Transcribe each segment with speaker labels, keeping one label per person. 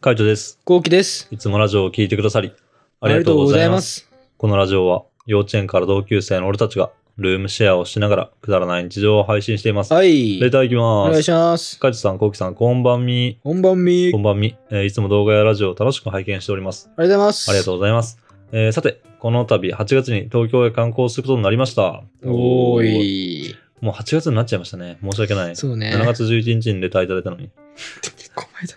Speaker 1: カイトです。
Speaker 2: こうきです。
Speaker 1: いつもラジオを聞いてくださり、あ
Speaker 2: あ
Speaker 1: り
Speaker 2: り
Speaker 1: がとう
Speaker 2: がとう
Speaker 1: ご
Speaker 2: ご
Speaker 1: ざ
Speaker 2: ざ
Speaker 1: い
Speaker 2: い
Speaker 1: ま。
Speaker 2: ますす。
Speaker 1: このラジオは、幼稚園から同級生の俺たちが、ルームシェアをしながら、くだらない日常を配信しています。
Speaker 2: はい。
Speaker 1: レターいき
Speaker 2: お
Speaker 1: ます。
Speaker 2: 願いします。
Speaker 1: カイトさん、コウキさん、こんばんみ。
Speaker 2: 本番み
Speaker 1: こんばんみ、えーいつも動画やラジオを楽しく拝見しております。
Speaker 2: ありがとうございます。
Speaker 1: ありがとうございます。えーさて、この度、8月に東京へ観光することになりました。
Speaker 2: おー。い。
Speaker 1: もう8月になっちゃいましたね。申し訳ない。
Speaker 2: そうね。
Speaker 1: 7月11日にレターいただいたのに。
Speaker 2: 結構前だ。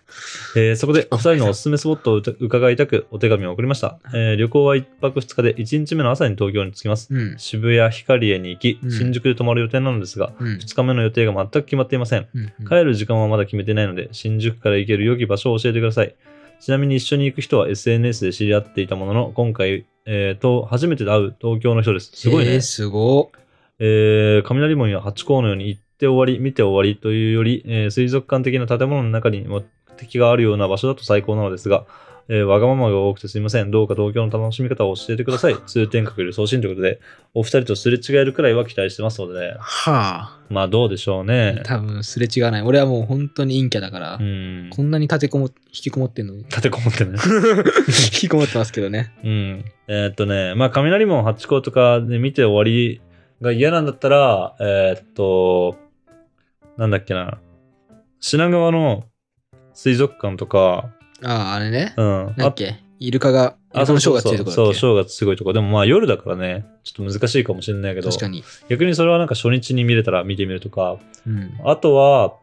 Speaker 1: えーそこでお二人のおすすめスポットをうた伺いたくお手紙を送りました、えー旅行は1泊2日で1日目の朝に東京に着きます
Speaker 2: うん。
Speaker 1: 渋谷ヒカリエに行き
Speaker 2: うん
Speaker 1: 新宿で泊まる予定なのですが、
Speaker 2: うん。
Speaker 1: 2日目の予定が全く決まっていません
Speaker 2: うん
Speaker 1: 帰る時間はまだ決めてないので新宿から行ける良き場所を教えてくださいちなみに一緒に行く人は SNS で知り合っていたものの今回、えーと初めて会う東京の人ですすごいね、
Speaker 2: えーすご
Speaker 1: えー雷門や八甲のように行って終わり、見て終わりというより、えー水族館的な建物の中に目的があるような場所だと最高なのですが、えーわがままが多くてすみません。どうか東京の楽しみ方を教えてください。通天閣より送信ということで、お二人とすれ違えるくらいは期待してますので、ね、
Speaker 2: は
Speaker 1: まあどうでしょう
Speaker 2: あ。
Speaker 1: ね。
Speaker 2: 多分すれ違わない。俺はもう本当に陰キャだから
Speaker 1: う、ん。。
Speaker 2: こんなに立てこも、引きこもってんのに
Speaker 1: 立てこもってね。
Speaker 2: 引きこもってますけどね。
Speaker 1: うん。えーっとね、まあ雷門八甲とかで見て終わりが嫌なんだったら、えーっと、なんだっけな、品川の水族館とか、
Speaker 2: ああ、あれね。
Speaker 1: うん。
Speaker 2: なんだっけイルカが、イ
Speaker 1: あ
Speaker 2: ルカ
Speaker 1: そう
Speaker 2: のシ
Speaker 1: そ
Speaker 2: ョー
Speaker 1: う
Speaker 2: がつ
Speaker 1: そう
Speaker 2: いてくる
Speaker 1: そう、
Speaker 2: と
Speaker 1: シ
Speaker 2: こ
Speaker 1: ョーがすごいとこ。でもまあ夜だからね、ちょっと難しいかもしれないけ
Speaker 2: だ
Speaker 1: ど、
Speaker 2: っけ確かに。
Speaker 1: 逆にそれはなんか初日に見れたら見てみるとか、
Speaker 2: うん。
Speaker 1: あとは、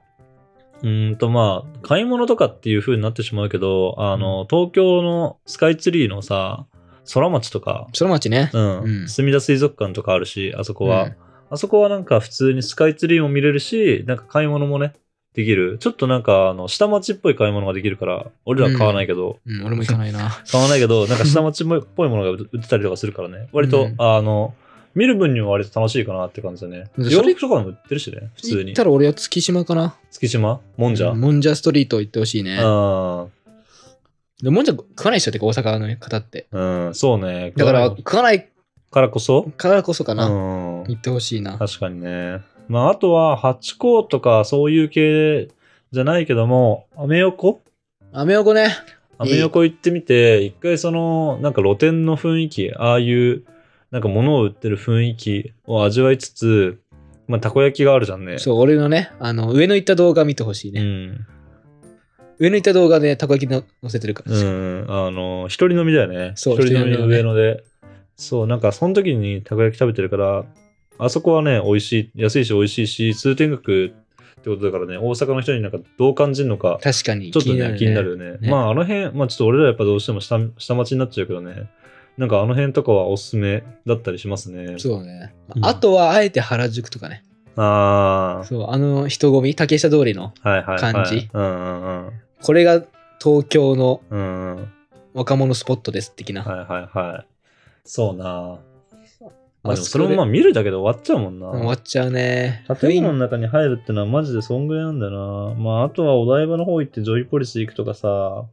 Speaker 1: うーんとまあ、買い物とかっていう風になってしまうけど、あの、東京のスカイツリーのさ、空町とか、
Speaker 2: 空町ね。
Speaker 1: うん、
Speaker 2: うん
Speaker 1: 墨田水族館とかあるし、あそこは、
Speaker 2: うん
Speaker 1: あそこはなんか普通にスカイツリーも見れるし、なんか買い物もね、できる。ちょっとなんか、あの、下町っぽい買い物ができるから、俺らは買わないけど、
Speaker 2: うん、俺も行かないな。
Speaker 1: 買わないけど、なんか下町っぽいものが売売ってたりとかするから ね、割と、
Speaker 2: うん
Speaker 1: あの、見る分には割と楽しいかなって感じだね。
Speaker 2: で
Speaker 1: 洋服とかも売ってるし ね、普通
Speaker 2: 行
Speaker 1: に
Speaker 2: っ。たら俺は月島かな。
Speaker 1: 月島もんじゃ。
Speaker 2: もんじゃストリート行ってほしいね。
Speaker 1: あ
Speaker 2: でもんじゃ食わない人ってか大阪の方って。
Speaker 1: ーうん、そうね。
Speaker 2: だから
Speaker 1: か
Speaker 2: 食わない
Speaker 1: らこそ、
Speaker 2: からこそかな。
Speaker 1: うん、
Speaker 2: 行ってほしいな。
Speaker 1: 確かにね。まあ、あとは、ハチ公とか、そういう系じゃないけども、アメ横
Speaker 2: アメ横ね。
Speaker 1: アメ横行ってみて、一回その、なんか露店の雰囲気、ああいう、なんか物を売ってる雰囲気を味わいつつ、まあ、たこ焼きがあるじゃんね。
Speaker 2: そう、俺のね、あの、上の行った動画見てほしいうね。
Speaker 1: ん。
Speaker 2: 上の行った動画でたこ焼きの載せてるから。
Speaker 1: うん。あの、一人飲みだよね。
Speaker 2: そう
Speaker 1: 一人飲みの
Speaker 2: 一人飲みだね
Speaker 1: 上野で。そう、なんか、その時にたこ焼き食べてるから、あそこはね、美味しい、安いし美味しいし、通天閣ってことだからね、大阪の人になんかどう感じるのか、
Speaker 2: 確かに
Speaker 1: ちょっと
Speaker 2: 気になる、
Speaker 1: ね、
Speaker 2: ね。
Speaker 1: 気になるよね。
Speaker 2: ね
Speaker 1: まあ、あの辺、まあ、ちょっと俺らやっぱどうしても下下町になっちゃうけどね。なんかあの辺とかはおすすめだったりしますね。
Speaker 2: そうね。まあ
Speaker 1: うん
Speaker 2: あとは、あえて原宿とかね。
Speaker 1: あ
Speaker 2: そう、あの人混み、竹下通りの、
Speaker 1: あ、はいはいはい。
Speaker 2: 感じ
Speaker 1: うんうんうん。
Speaker 2: これが東京の
Speaker 1: うんうん。
Speaker 2: 若者スポットです、的な。
Speaker 1: はいはいはい。そうな。まあ、
Speaker 2: あ
Speaker 1: でもそ
Speaker 2: そ
Speaker 1: れ
Speaker 2: こ
Speaker 1: も
Speaker 2: で
Speaker 1: まあ見るだけで終わっちゃうもんな。
Speaker 2: 終わっちゃうね。
Speaker 1: 建物の中に入るってのはマジでそんぐらいなんだよな。まあ、あとはお台場の方行ってジョイポリス行くとかさ、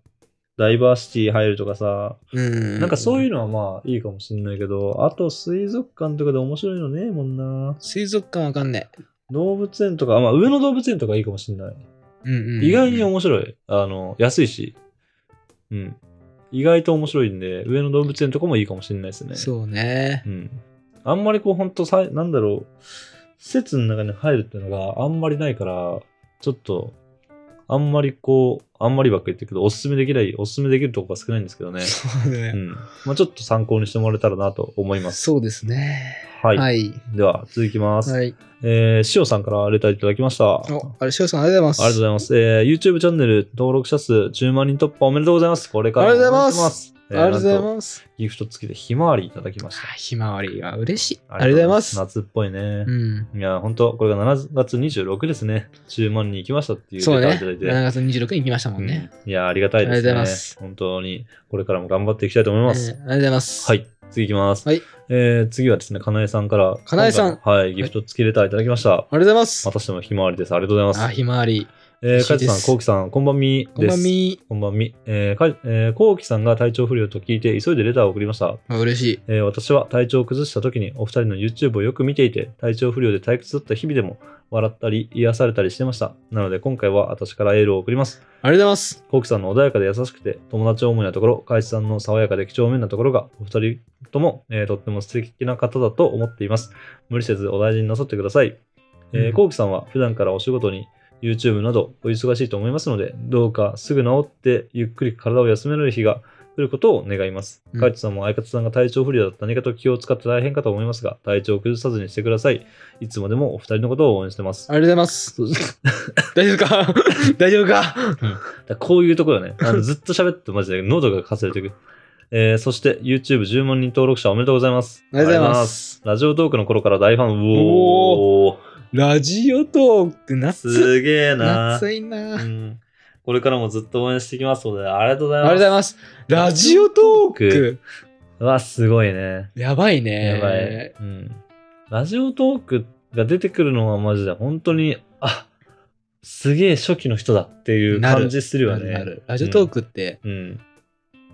Speaker 1: ダイバーシティ入るとかさ、
Speaker 2: うん。
Speaker 1: なんかそう
Speaker 2: う。
Speaker 1: いうのはまあいいかもしんないけど、あと水族館とかで面白いのねえもんな。
Speaker 2: 水族館わかんね
Speaker 1: 動物園とか、まあ上野動物園とかいいかもしんない。
Speaker 2: え。うんうんうん。
Speaker 1: 意外に面白い。あの、安いし。うん。意外と面白いんで、上野動物園とかもいいかもしんないですね。
Speaker 2: そうね
Speaker 1: う。。ん。あんまりこう、ほんとさい、なんだろう、施設の中に入るっていうのがあんまりないから、ちょっと、あんまりこう、あんまりばっかり言ってるけど、おすすめできない、おすすめできるとこが少ないんですけどね。
Speaker 2: そう
Speaker 1: う
Speaker 2: ね。
Speaker 1: ん。まあちょっと参考にしてもらえたらなと思います。
Speaker 2: そうですね。
Speaker 1: はい。
Speaker 2: はい。
Speaker 1: では、続きます。
Speaker 2: はい。
Speaker 1: えー、しおさんからレターいただきました。
Speaker 2: お、あれ、翔さん、ありがとうご
Speaker 1: あ
Speaker 2: ざ
Speaker 1: りがとう
Speaker 2: い
Speaker 1: ございます。えー、YouTube チャンネル登録者数10万人突破おめでとうございます。これからも
Speaker 2: ありがとうございます
Speaker 1: 応援して
Speaker 2: ます。ありがとうござい
Speaker 1: す。えーなん
Speaker 2: ます。
Speaker 1: ギフト付きでひまわりいただきまし
Speaker 2: あひまわりは嬉しい。
Speaker 1: た。
Speaker 2: ありがとうございます。
Speaker 1: 夏っぽいね
Speaker 2: う。ん。
Speaker 1: いや、本当これが7月26ですね。10万人行きましたっていう
Speaker 2: そう
Speaker 1: レター
Speaker 2: ね。
Speaker 1: いただいて。
Speaker 2: 7月26日に来ましたも
Speaker 1: うん
Speaker 2: んね。
Speaker 1: いや、ありがたいですね。
Speaker 2: ありがとうございます
Speaker 1: 本当に、これからも頑張っていきたいと思い
Speaker 2: えー
Speaker 1: ま
Speaker 2: あり
Speaker 1: す。
Speaker 2: がとうございます。
Speaker 1: はい。次いきます。
Speaker 2: はい
Speaker 1: えー次はですね、かなえさんから。
Speaker 2: かなえさん
Speaker 1: 今回のはい。ギフト付きレターいただきました。
Speaker 2: ありがとうございます
Speaker 1: ま。たしてもひまわりです。ありがとうござい
Speaker 2: あ、
Speaker 1: ます。
Speaker 2: ひまわり。
Speaker 1: えー、
Speaker 2: 嬉し
Speaker 1: か
Speaker 2: い
Speaker 1: じ
Speaker 2: です
Speaker 1: さん、こうきさん、こんばんみです。
Speaker 2: こんばんみ。
Speaker 1: こんばんみ。えーかえー、こうきさんが体調不良と聞いて、急いでレターを送りました。
Speaker 2: あ嬉しい。
Speaker 1: えー私は体調を崩した時に、お二人の YouTube をよく見ていて、体調不良で退屈だった日々でも、笑ったり癒されたりしてました。なので今回は私からエールを送ります。
Speaker 2: ありがとうございます。
Speaker 1: コウキさんの穏やかで優しくて、友達思いなところ、カイチさんの爽やかで几帳面なところが、お二人とも、えーとっても素敵な方だと思っています。無理せずお大事になさってください。え
Speaker 2: う
Speaker 1: ー、
Speaker 2: ん
Speaker 1: コウキさんは普段からお仕事に、YouTube などお忙しいと思いますので、どうかすぐ治って、ゆっくり体を休められる日が来ることを願います。
Speaker 2: うん
Speaker 1: カイチさんも相方さんが体調不良だった何かと気を使って大変かと思いますが、体調を崩さずにしてください。いつまでもお二人のことを応援してます。
Speaker 2: ありがとうございます。 大丈夫か 大丈夫か
Speaker 1: だからこういうところよね。あ のずっと喋ってマジで喉がかすれてく。えー、そして YouTube10 万人登録者おめでとうございます。
Speaker 2: ありがとうござい
Speaker 1: ありがとうござい
Speaker 2: ま
Speaker 1: ます
Speaker 2: す。
Speaker 1: ラジオトークの頃から大ファン。うおー
Speaker 2: ラジオトーク、夏。
Speaker 1: すげえな、
Speaker 2: 夏いな。あ
Speaker 1: う
Speaker 2: り
Speaker 1: ん。これからもずっと応援していきますので、ありがとうござい
Speaker 2: が
Speaker 1: ます。
Speaker 2: とうございます。ラジオトー
Speaker 1: ラジオ
Speaker 2: ク。
Speaker 1: うわ、すごいね。
Speaker 2: やばいね。
Speaker 1: やばい、うん。ラジオトークが出てくるのはマジで本当に、あすげえ初期の人だっていう
Speaker 2: なる
Speaker 1: 感じするよ
Speaker 2: な
Speaker 1: ね。
Speaker 2: るなるラジオトークって
Speaker 1: うん。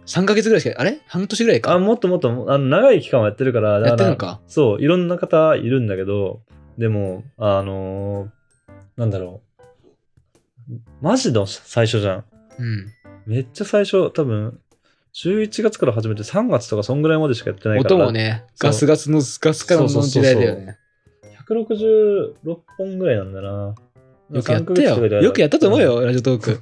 Speaker 2: 3ヶ月ぐらいしか、あれ半年ぐらい
Speaker 1: あ
Speaker 2: か。
Speaker 1: もっともっとあの長い期間はやってるからだ
Speaker 2: やって
Speaker 1: ら
Speaker 2: るのか。
Speaker 1: そういろんな方いるんだけどでもあのーなんだろうマジの最初じゃん
Speaker 2: うん。
Speaker 1: めっちゃ最初多分11月から始めて3月とかそんぐらいまでしかやってないから
Speaker 2: 音もね、
Speaker 1: そう
Speaker 2: ガスガスのガスからの
Speaker 1: そうそうそ
Speaker 2: 時
Speaker 1: うそう
Speaker 2: 代だよね。
Speaker 1: 166本ぐらいなんだな
Speaker 2: よくやっ
Speaker 1: 3
Speaker 2: た
Speaker 1: ヶ月ぐら
Speaker 2: よ。
Speaker 1: い
Speaker 2: よくやったと思うよ、ラジオトーク。
Speaker 1: だか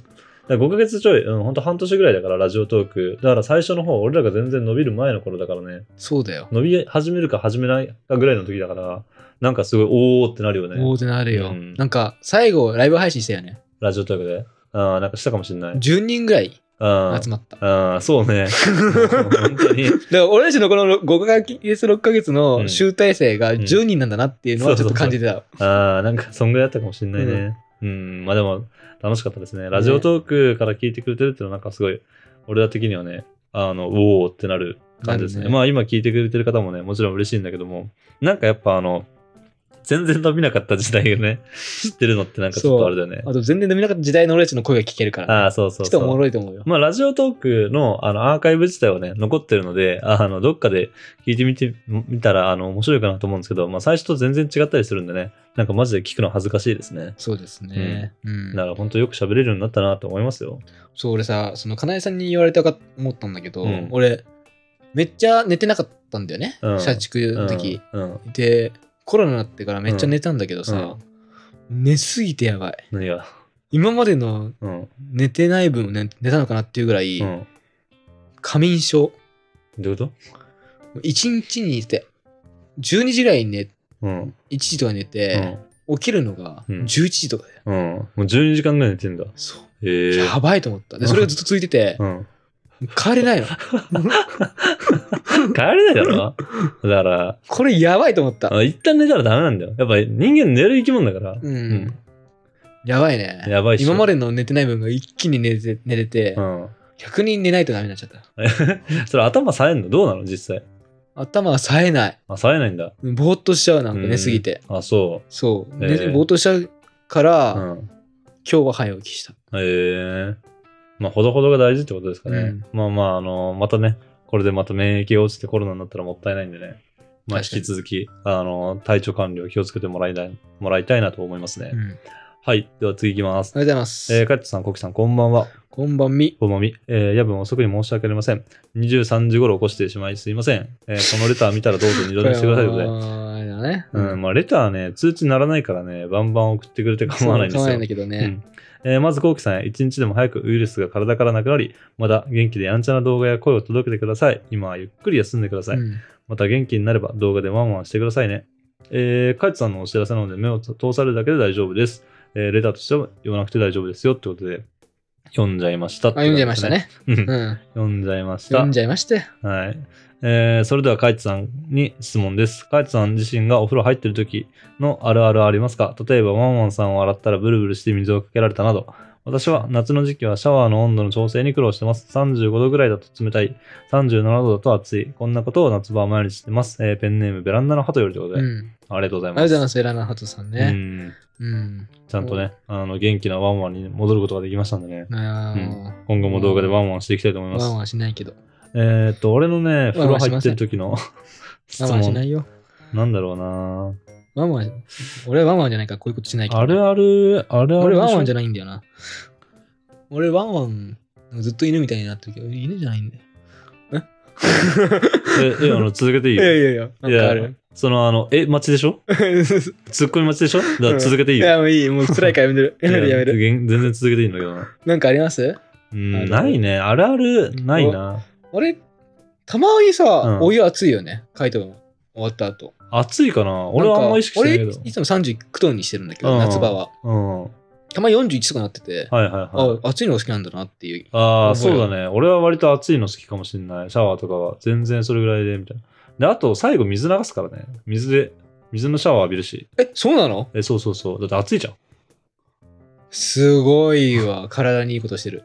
Speaker 1: ら5ヶ月ちょい、うん、ほんと半年ぐらいだからラジオトークだから最初の方俺らが全然伸びる前の頃だからね
Speaker 2: そうだよ。
Speaker 1: 伸び始めるか始めないかぐらいの時だからなんかすごいおおってなるよね
Speaker 2: おーってなる
Speaker 1: う
Speaker 2: よ。
Speaker 1: ん
Speaker 2: なんか、最後、ライブ配信したよね。
Speaker 1: ラジオトークで。ああ、なんかしたかもしれない。
Speaker 2: 10人ぐらい
Speaker 1: あ
Speaker 2: 集まった。
Speaker 1: あ、そう ね。本当に。
Speaker 2: だから俺たちのこの5ヶ月、6ヶ月
Speaker 1: う
Speaker 2: の
Speaker 1: ん
Speaker 2: 集大成が10人なんだなっていうのはちょっと感じてた。
Speaker 1: ああ、なんかそんぐらいだったかもしれないね。うん、まあでも楽しかったですね。ラジオトークから聞いてくれてるっていうのはなんかすごい、俺ら的にはね、あの、おおってなる感じですね。
Speaker 2: なるね
Speaker 1: まあ今聞いてくれてる方もね、もちろん嬉しいんだけども、なんかやっぱあの、全然伸びなかった時代をね、知ってるのってなんかちょっとあれだよね。
Speaker 2: あと全然飲みなかった時代の俺たちの声が聞けるから。
Speaker 1: ああ、そうそう
Speaker 2: ちょ
Speaker 1: そ
Speaker 2: っとおも
Speaker 1: う。
Speaker 2: ろいと思うよ。
Speaker 1: まあ、ラジオトークのあのアーカイブ自体はね、残ってるので、あのどっかで聞いてみてみたらあの面白いかなと思うんですけど、まあ、最初と全然違ったりするんでね、なんかマジで聞くの恥ずかしいですね。
Speaker 2: そうですね。うん。
Speaker 1: だから本当よく喋れるようになったなと思いますよ。
Speaker 2: そう、俺さ、その、かなえさんに言われたか思ったんだけど、
Speaker 1: うん
Speaker 2: 俺、めっちゃ寝てなかったんだよね。
Speaker 1: うん
Speaker 2: 社畜の時、
Speaker 1: うん。うん
Speaker 2: で、コロナになってからめっちゃ寝たんだけどさ、寝すぎてやばい。
Speaker 1: 何が
Speaker 2: 今までの
Speaker 1: うん。
Speaker 2: 寝てない分、ね、寝たのかなっていうぐらい、
Speaker 1: うん。
Speaker 2: 過眠症。
Speaker 1: どういうこ
Speaker 2: 1日に寝て、12時ぐらいに寝、
Speaker 1: とうん。
Speaker 2: 1時とかに寝て、起きるのが
Speaker 1: うん
Speaker 2: 11時とかだよ。
Speaker 1: うん。うん。もう12時間ぐらい寝てんだ。
Speaker 2: そう。
Speaker 1: へえ。
Speaker 2: やばいと思った。で、それがずっと続いてて
Speaker 1: う、ん。
Speaker 2: 帰れないの。
Speaker 1: 帰れないだろだから
Speaker 2: これやばいと思った。
Speaker 1: あ、一旦寝たらダメなんだよ。やっぱり人間寝る生き物だから。
Speaker 2: う。。
Speaker 1: うん
Speaker 2: やばいね。
Speaker 1: やばいっしょ
Speaker 2: 今までの寝てない分が一気に寝て寝れて、
Speaker 1: うん。
Speaker 2: 逆に寝ないとダメになっちゃった。
Speaker 1: それ頭冴えんのどうなの実際。
Speaker 2: 頭が冴えない。
Speaker 1: あ、冴えないんだ。
Speaker 2: ぼーっとしちゃうなんか
Speaker 1: うん
Speaker 2: 寝すぎて。
Speaker 1: あ、そ
Speaker 2: そう。
Speaker 1: え
Speaker 2: 寝
Speaker 1: ー
Speaker 2: ぼーっとしちゃうから、
Speaker 1: う。うん。
Speaker 2: 今日は早起きした。
Speaker 1: へえまあ、ほどほどが大事ってことですかね。
Speaker 2: うん
Speaker 1: まあまあ、あの、またね、これでまた免疫が落ちてコロナになったらもったいないんでね。まあ、
Speaker 2: 確かに
Speaker 1: 引き続き、あの、体調管理を気をつけてもらいたい、もらいたいなと思いますね。
Speaker 2: うんありが
Speaker 1: はい。では次行きます。
Speaker 2: とうございます。
Speaker 1: えー、カットさん、コキさん、こんばんは。
Speaker 2: こんばんみ。
Speaker 1: こんばんみ。えー、夜分遅くに申し訳ありません。23時頃起こしてしまいすいません。えーこのレター見たらどうぞ二度寝してくださいということ で。
Speaker 2: ああれだね。
Speaker 1: うん、まあ、レターね、通知ならないからね、バンバン送ってくれて構わないんです
Speaker 2: そう構わな
Speaker 1: よ
Speaker 2: いんだ。けど
Speaker 1: う
Speaker 2: ね。
Speaker 1: んえーまず、こうきさん、一日でも早くウイルスが体からなくなり、まだ元気でやんちゃな動画や声を届けてください。今はゆっくり休んでください。
Speaker 2: うん
Speaker 1: また元気になれば動画でワンワンしてくださいね。えー、カイツさんのお知らせなので目を通されるだけで大丈夫です。えーレターとしては言わなくて大丈夫ですよってことで、読んじゃいました
Speaker 2: あ、読んじゃいました。ね。
Speaker 1: うん
Speaker 2: うん。
Speaker 1: 読んじゃいました
Speaker 2: 読ん。じゃいまして。
Speaker 1: はい。えーそれではカイツさんに質問です。カイツさん自身がお風呂入ってる時のあるあるありますか例えばワンワンさんを洗ったらブルブルして水をかけられたなど。私は夏の時期はシャワーの温度の調整に苦労してます。35度ぐらいだと冷たい。37度だと暑い。こんなことを夏場は毎日してます。えーペンネームベランダの鳩よりということ
Speaker 2: う
Speaker 1: で、
Speaker 2: ん。
Speaker 1: ありがとうござい
Speaker 2: あり
Speaker 1: ます。
Speaker 2: がとうございます、エラナハトさん
Speaker 1: う
Speaker 2: ね。
Speaker 1: ん
Speaker 2: うん。
Speaker 1: ちゃんとね、あの元気なワンワンに戻ることができましたんでね。
Speaker 2: あー
Speaker 1: 今後も動画でワンワンしていきたいと思います。
Speaker 2: ワンワンしないけど。
Speaker 1: えーっと、俺のね、風
Speaker 2: ワン
Speaker 1: 呂
Speaker 2: ワンし
Speaker 1: 入
Speaker 2: ま
Speaker 1: って
Speaker 2: せん
Speaker 1: る時の質
Speaker 2: ワンワンし
Speaker 1: 問
Speaker 2: ないよ。
Speaker 1: なんだろうな
Speaker 2: ワンワン、俺はワンワンじゃないからこういうことしないけど。
Speaker 1: あるある、あるあるでしょ。
Speaker 2: 俺ワンワンじゃ
Speaker 1: ない
Speaker 2: ないんだよな。俺ワンワン、ずっと犬みたいになってるけど、犬じゃないんだよ。
Speaker 1: え、えあの続けていい
Speaker 2: い
Speaker 1: よ。
Speaker 2: やいやいや、なんかあ
Speaker 1: いや
Speaker 2: る。
Speaker 1: その、あの、え、待ちでしょツッコミ待ちでしょだから続けてい
Speaker 2: い
Speaker 1: いよ。
Speaker 2: や、もういい。 もう辛いからやめる。やめるやめる。
Speaker 1: いや全全然続けていいんだけどな。
Speaker 2: なんかあります
Speaker 1: うん、ないね。あるある、ないな。
Speaker 2: 俺、たまにさ
Speaker 1: う、ん
Speaker 2: お湯熱いよね。カイトが終わった後。
Speaker 1: 暑いかな俺はあんま意識してないけ
Speaker 2: なんか
Speaker 1: ど
Speaker 2: 俺、い。つも39度にしてるんだけ
Speaker 1: う
Speaker 2: ど、
Speaker 1: ん
Speaker 2: 夏場は。
Speaker 1: うん。はい
Speaker 2: たまに41とかなってて、
Speaker 1: はいはい
Speaker 2: あ、。暑いのが好きなんだなっていう。
Speaker 1: ああ、
Speaker 2: 覚え
Speaker 1: そうだ
Speaker 2: ろ
Speaker 1: ね。俺は割と暑いの好きかもしれない。シャワーとかは。全然それぐらいで、みたいな。で、あと、最後水流すからね。水で、水のシャワー浴びるし。
Speaker 2: え、そうなの
Speaker 1: え、そうそうそう。だって暑いじゃん。
Speaker 2: すごいわ。体にいいことしてる。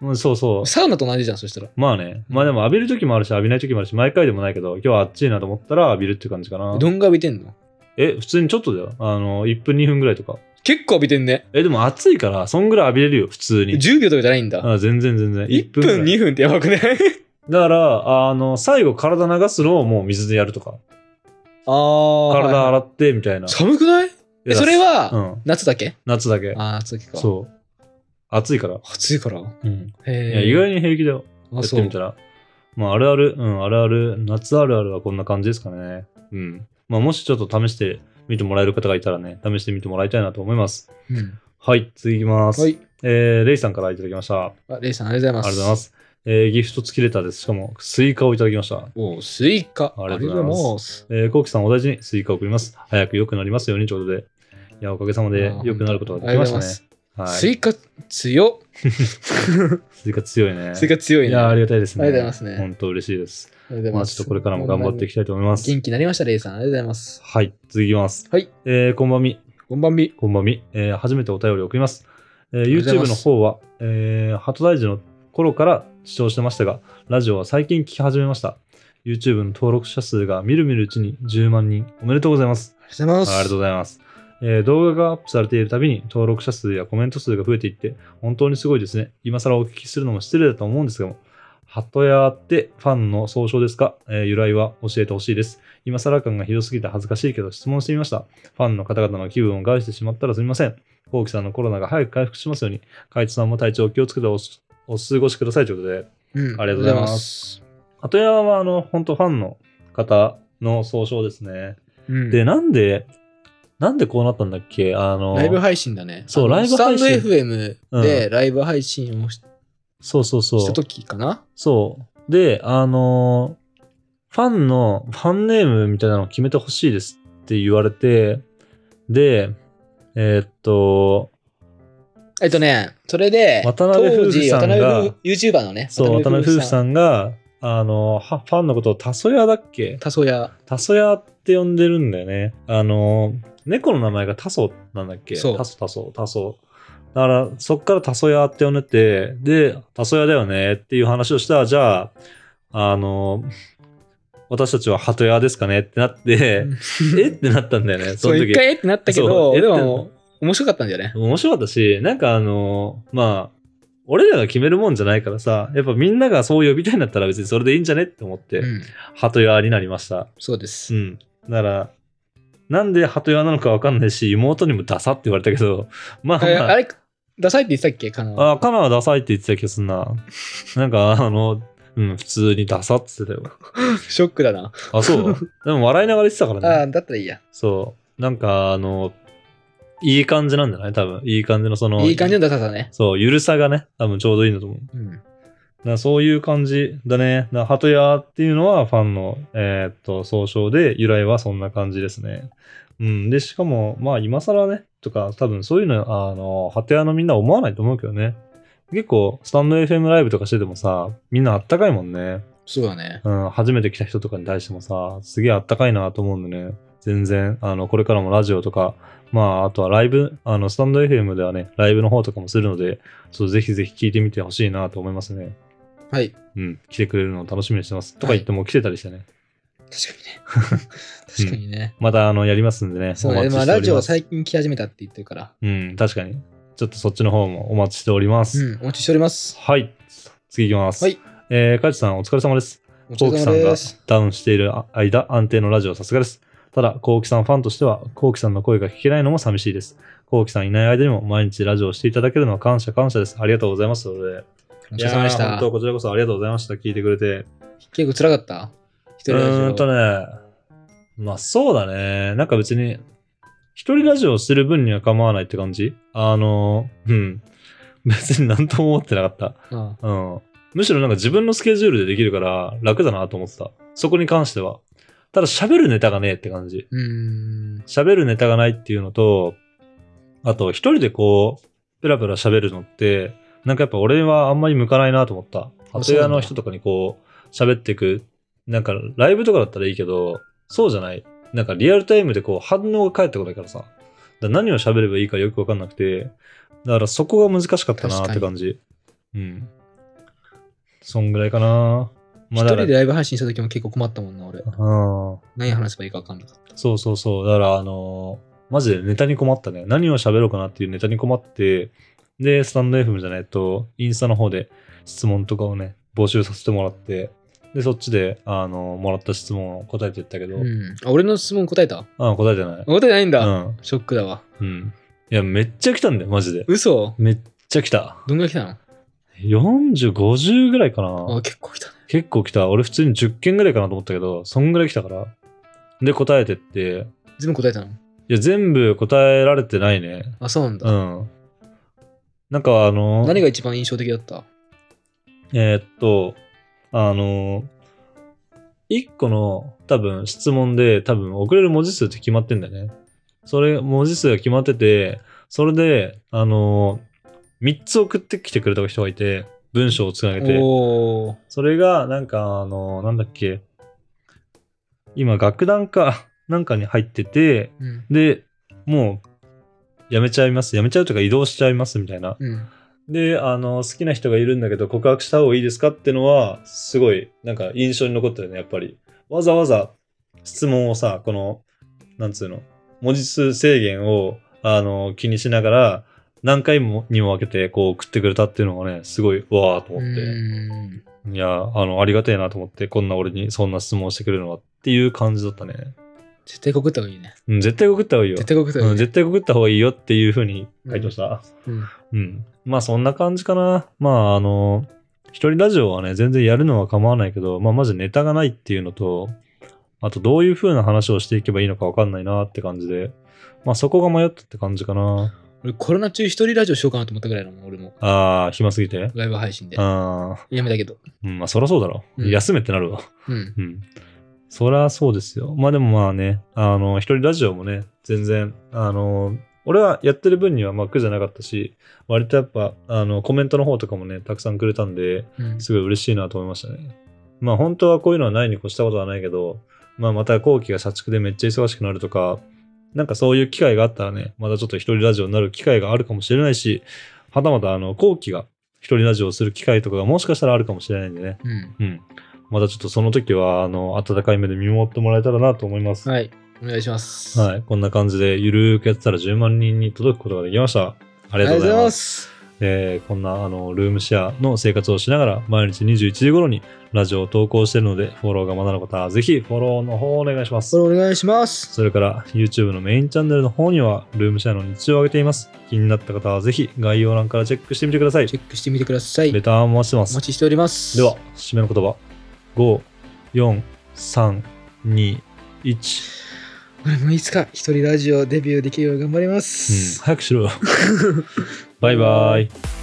Speaker 1: うん、そうそう。
Speaker 2: サウナと同じじゃん、そしたら。
Speaker 1: まあね。まあでも浴びる時もあるし、浴びない時もあるし、毎回でもないけど、今日は暑いなと思ったら浴びるって感じかな。
Speaker 2: どんが浴びてんの
Speaker 1: え、普通にちょっとだよ。あの、1分2分ぐらいとか。
Speaker 2: 結構浴びてんね。
Speaker 1: え、でも暑いから、そんぐらい浴びれるよ、普通に。
Speaker 2: 10秒とかじゃないんだ。
Speaker 1: あ全然全然。
Speaker 2: 1
Speaker 1: 1分ぐらい
Speaker 2: 分、2分ってやばくない
Speaker 1: だから、あの、最後体流すのをもう水でやるとか。
Speaker 2: あー。
Speaker 1: 体洗
Speaker 2: っ
Speaker 1: ってみたいな。
Speaker 2: 寒くないえ、それは、
Speaker 1: うん。
Speaker 2: 夏だけ
Speaker 1: 夏だけ。
Speaker 2: あー、夏だけか。
Speaker 1: そう。暑いから。
Speaker 2: 暑いから。
Speaker 1: うん。いや、
Speaker 2: へえ。
Speaker 1: 意外に平気だよ。や
Speaker 2: あ、
Speaker 1: っ
Speaker 2: そ
Speaker 1: てみ
Speaker 2: う
Speaker 1: た。ら。まあ、あるある、うん、あるある、夏あるあるはこんな感じですかね。うん。まあ、もしちょっと試してみてもらえる方がいたらね、試してみてもらいたいなと思います。
Speaker 2: うん
Speaker 1: はい、次いきます。
Speaker 2: はい。
Speaker 1: えー、レイさんからいただきました。あり
Speaker 2: あレイさん、ありがとうご
Speaker 1: が
Speaker 2: ざ
Speaker 1: と
Speaker 2: いう
Speaker 1: ご
Speaker 2: ます。
Speaker 1: ざいます。えー、ギフト付きレターです。しかも、スイカをいただきました。
Speaker 2: おうスイカ。。
Speaker 1: ありがとうございますえー、コウキさんお大事にスイカを送ります。早く良くなりますようにということで。いや、おかげさまで
Speaker 2: あー
Speaker 1: 良くなること
Speaker 2: あり
Speaker 1: が
Speaker 2: が
Speaker 1: で
Speaker 2: と
Speaker 1: き
Speaker 2: うご
Speaker 1: ま
Speaker 2: ざ
Speaker 1: し
Speaker 2: い
Speaker 1: た
Speaker 2: ま
Speaker 1: ね。
Speaker 2: す。
Speaker 1: はい、
Speaker 2: スイカ強っ。
Speaker 1: スイカ強いね。
Speaker 2: スイカ強い
Speaker 1: い
Speaker 2: ね。
Speaker 1: や、あり
Speaker 2: が
Speaker 1: がたいですね。
Speaker 2: ありがとうございますね
Speaker 1: 本当嬉しいです。
Speaker 2: とうござい
Speaker 1: ま
Speaker 2: ま
Speaker 1: あ、
Speaker 2: す。
Speaker 1: ちょっとこれからも頑張っていきたいと思います。
Speaker 2: 元気になりました、レイさん。ありがとうございます。
Speaker 1: はい、続きます。
Speaker 2: はい。
Speaker 1: えー、こんばんみ、
Speaker 2: こんばんみ。
Speaker 1: こんばんみ。えー、初めてお便りを送ります。えー、
Speaker 2: りがとう
Speaker 1: YouTube の
Speaker 2: ございます
Speaker 1: 方は、えー、鳩大寺の頃から視聴してましたが、ラジオは最近聞き始めました。YouTube の登録者数がみるみるうちに10万人。おめでとうございます。
Speaker 2: ありがとうございます。
Speaker 1: ありがとうございます。えー動画がアップされているたびに登録者数やコメント数が増えていって、本当にすごいですね。今更お聞きするのも失礼だと思うんですがも、鳩屋ってファンの総称ですか、えー由来は教えてほしいです。今更感がひどすぎて恥ずかしいけど質問してみました。ファンの方々の気分を害してしまったらすみません。コウキさんのコロナが早く回復しますように、カイトさんも体調を気をつけておすお過ごしくださいということで、
Speaker 2: うん。
Speaker 1: ありがとうございます鳩屋はあの本当ファンの方の総称ですね。
Speaker 2: うん
Speaker 1: で、なんで、なんでこうなったんだっけあの、
Speaker 2: ライブ配信だね。
Speaker 1: そう
Speaker 2: あの
Speaker 1: ライブ配信
Speaker 2: スタンド FM でライブ配信をし
Speaker 1: そうそうそ
Speaker 2: した
Speaker 1: う。
Speaker 2: 時かな。
Speaker 1: そう。で、あのーファンの、ファンネームみたいなのを決めてほしいですって言われて、で、えーっと、
Speaker 2: えっとね、それで、
Speaker 1: 渡辺夫
Speaker 2: 当時
Speaker 1: 婦さんが
Speaker 2: 渡辺夫 YouTuber のね、
Speaker 1: そう、渡辺夫婦
Speaker 2: ん。
Speaker 1: さんが、あのはファンのことをタソヤだっけ
Speaker 2: たそや。
Speaker 1: タソヤって呼んでるんだよね。あのー猫の名前がタソなんだっけ
Speaker 2: そう
Speaker 1: タソタソ、タソ。だから、そっからタソヤって呼んでて、で、タソヤだよねっていう話をしたら、じゃあ、あのー私たちは鳩屋ですかねってなって、えってなったんだよね、そ
Speaker 2: そう、
Speaker 1: の
Speaker 2: 一
Speaker 1: 時。
Speaker 2: 回えってなったけど、
Speaker 1: そう
Speaker 2: で
Speaker 1: えって
Speaker 2: も、面白かったんだよね。
Speaker 1: 面白かったし、なんかあの、まあ、俺らが決めるもんじゃないからさ、やっぱみんながそう呼びたいんだったら別にそれでいいんじゃねって思って、
Speaker 2: うん、
Speaker 1: 鳩屋になりました。
Speaker 2: そうで
Speaker 1: う
Speaker 2: す。
Speaker 1: ん。だから、なんで鳩屋なのかわかんないし、妹にもダサって言われたけど、まあ
Speaker 2: え
Speaker 1: ま
Speaker 2: あ
Speaker 1: あ、
Speaker 2: れ、ダサいって言ってたっけかな。
Speaker 1: あ、カナはダサいって言ってた気がすんな。なんか、あの、うん、普通にダサって言ってたよ。
Speaker 2: ショックだな。
Speaker 1: あ、 そう。でも笑いながら言ってたからね。
Speaker 2: ああ、だったらいいや。
Speaker 1: そう。なんか、あの、いい感じなんじゃない多分。いい感じのその。
Speaker 2: いい感じのダサさね。
Speaker 1: そう、ゆるさがね、多分ちょうどいいんだと思う。だか
Speaker 2: うん。
Speaker 1: らそういう感じだね。だから鳩屋っていうのはファンの、えーっと、総称で、由来はそんな感じですね。うん。で、しかも、まあ、今更ね、とか、多分そういうの、あの、鳩屋のみんな思わないと思うけどね。結構、スタンド FM ライブとかしててもさ、みんなあったかいもんね。
Speaker 2: そうだね。
Speaker 1: うん、初めて来た人とかに対してもさ、すげえあったかいなと思うんでね、全然、あの、これからもラジオとか、まあ、あとはライブ、あの、スタンド FM ではね、ライブの方とかもするので、ちょっとぜひぜひ聞いてみてほしいなと思いますね。
Speaker 2: はい。
Speaker 1: うん、来てくれるのを楽しみにしてます。とか言っても来てたりしてね。
Speaker 2: 確かにね。 確かにね。
Speaker 1: また、あの、やりますんでね。
Speaker 2: そう
Speaker 1: お
Speaker 2: ね。
Speaker 1: 待ち
Speaker 2: まあ、
Speaker 1: してお
Speaker 2: ラジ
Speaker 1: り
Speaker 2: オ
Speaker 1: ま
Speaker 2: は
Speaker 1: す。
Speaker 2: 最近来始めたって言ってるから。
Speaker 1: うん、確かに。ちょっとそっちの方もお待ちしております。
Speaker 2: うん、お待ちしております。
Speaker 1: はい、次行きます。
Speaker 2: はい。
Speaker 1: えー、カイチさん、お疲れ様です。
Speaker 2: お疲
Speaker 1: トー
Speaker 2: れ
Speaker 1: クさん
Speaker 2: 様
Speaker 1: が
Speaker 2: です。
Speaker 1: ダウンしている間、安定のラジオさすがです。ただ、コウキさんファンとしては、コウキさんの声が聞けないのも寂しいです。コウキさんいない間にも毎日ラジオをしていただけるのは感謝感謝です。ありがとうございます。ということで
Speaker 2: お疲れ様で
Speaker 1: い
Speaker 2: し
Speaker 1: やー
Speaker 2: た
Speaker 1: 本当、。こちらこそありがとうございました。聞いてくれて。
Speaker 2: 結構辛かった一人
Speaker 1: う
Speaker 2: ラジオ
Speaker 1: ーんとね、まあそうだね。なんか別に、一人ラジオをする分には構わないって感じあの、うん。別に何とも思ってなかっ
Speaker 2: うん
Speaker 1: た。うん。むしろなんか自分のスケジュールでできるから楽だなと思ってた。そこに関しては。ただ喋るネタがねえって感じ。
Speaker 2: うーん。
Speaker 1: 喋るネタがないっていうのと、あと一人でこう、ペラペラ喋るのって、なんかやっぱ俺はあんまり向かないなと思った。
Speaker 2: あ
Speaker 1: 鳩屋の人とかにこう、喋っていく。なんかライブとかだったらいいけど、そうじゃない。なんかリアルタイムでこう反応が返ってこないからさ。だから何を喋ればいいかよくわかんなくて、だからそこが難しかったなって感じ。うん。そんぐらいかな。
Speaker 2: 一
Speaker 1: あだ
Speaker 2: 人
Speaker 1: から
Speaker 2: でライブ配信した時も結構困ったもんな、俺。
Speaker 1: うん。
Speaker 2: 何話せばいいか分かんなかった。
Speaker 1: そうそうそう。だから、あのーマジでネタに困ったね。何を喋ろうかなっていうネタに困って、で、スタンド FM じゃないと、インスタの方で質問とかをね、募集させてもらって、で、そっちで、あのーもらった質問を答えていったけど、
Speaker 2: うん。あ、俺の質問答えた
Speaker 1: あ答えてない。
Speaker 2: 答えてないん
Speaker 1: う
Speaker 2: だ。
Speaker 1: ん。
Speaker 2: ショックだわ。
Speaker 1: うん。いや、めっちゃ来たんだよ、マジで。
Speaker 2: 嘘
Speaker 1: めっちゃ来た。
Speaker 2: どんぐらい来たの
Speaker 1: 40、50ぐらいか
Speaker 2: あ、
Speaker 1: な。
Speaker 2: 結構来たね。
Speaker 1: 結構来た。俺普通に10件ぐらいかなと思ったけど、そんぐらい来たから。で、答えてって、
Speaker 2: 全部答えたの
Speaker 1: いや、全部答えられてないね。
Speaker 2: あ、そうなんだ。
Speaker 1: うん。なんかあの、
Speaker 2: 何が一番印象的だった
Speaker 1: えーっと、あの、1個の多分質問で多分送れる文字数って決まってんだよね。それ、文字数が決まってて、それで、あの、3つ送ってきてくれた人がいて、文章をつなげて。
Speaker 2: おー。
Speaker 1: それが、なんか、あの、なんだっけ、今、楽団か、 なんかに入ってて、
Speaker 2: うん。
Speaker 1: で、もう、やめちゃいます。やめちゃうというか移動しちゃいますみたいな
Speaker 2: うん。
Speaker 1: であの好きな人がいるんだけど告白した方がいいですかってのはすごいなんか印象に残ったよねやっぱりわざわざ質問をさこのなんつうの文字数制限をあの気にしながら何回もにも分けてこう送ってくれたっていうのがねすごいわーと
Speaker 2: う
Speaker 1: 思って
Speaker 2: ーん
Speaker 1: いやあのありがたいなと思ってこんな俺にそんな質問をしてくれるのはっていう感じだったね、
Speaker 2: 絶対告った方がいいね。
Speaker 1: うん、絶対送った方がいいよ
Speaker 2: 絶対告った方
Speaker 1: う
Speaker 2: がい
Speaker 1: ん、
Speaker 2: いね。
Speaker 1: 絶対告った方がいいよっていうふうに回答した、
Speaker 2: うん
Speaker 1: うん。まあそんな感じかな。まああの、一人ラジオはね、全然やるのは構わないけど、まあまずネタがないっていうのと、あとどういう風な話をしていけばいいのかわかんないなって感じで、まあそこが迷ったって感じかな。
Speaker 2: 俺コロナ中一人ラジオしようかなと思ったぐらいだもん、俺も。
Speaker 1: ああ、暇すぎて。
Speaker 2: ライブ配信で。
Speaker 1: ああ、
Speaker 2: やめたけど。
Speaker 1: うん、まあそらそうだろ。
Speaker 2: うん
Speaker 1: 休めってなるわ。
Speaker 2: うん。
Speaker 1: うん。そらそうですよ。まあでもまあね、あの、一人ラジオもね、全然、あの、俺はやってる分にはまあ苦じゃなかったし、割とやっぱ、あの、コメントの方とかもね、たくさんくれたんで、
Speaker 2: うん
Speaker 1: すごい嬉しいなと思いましたね。まあ本当はこういうのはないに越したことはないけど、まあまた後期が社畜でめっちゃ忙しくなるとか、なんかそういう機会があったらね、またちょっと一人ラジオになる機会があるかもしれないし、はたまたあの後期が一人ラジオをする機会とかがもしかしたらあるかもしれないんでね。
Speaker 2: うん。
Speaker 1: うん。またちょっとその時は、あの、温かい目で見守ってもらえたらなと思います。
Speaker 2: はい。お願いします。
Speaker 1: はい。こんな感じで、ゆるーくやってたら10万人に届くことができました。あ
Speaker 2: あ
Speaker 1: りがとうございます。
Speaker 2: す。
Speaker 1: えーこんなあのルームシェアの生活をしながら毎日21時頃にラジオを投稿しているのでフォローがまだの方はぜひフォローの方をお願いしま
Speaker 2: こ
Speaker 1: す
Speaker 2: れお願いします。
Speaker 1: それから YouTube のメインチャンネルの方にはルームシェアの日常を上げています気になった方はぜひ概要欄からチェックしてみてください
Speaker 2: チェックしてみてください。
Speaker 1: レターも待ちしてま
Speaker 2: お
Speaker 1: す
Speaker 2: 待ちしております。
Speaker 1: では締めの言葉54321
Speaker 2: 俺もいつか一人ラジオデビューできるよう頑張りま
Speaker 1: うん
Speaker 2: す。
Speaker 1: 早くしろよバイバイ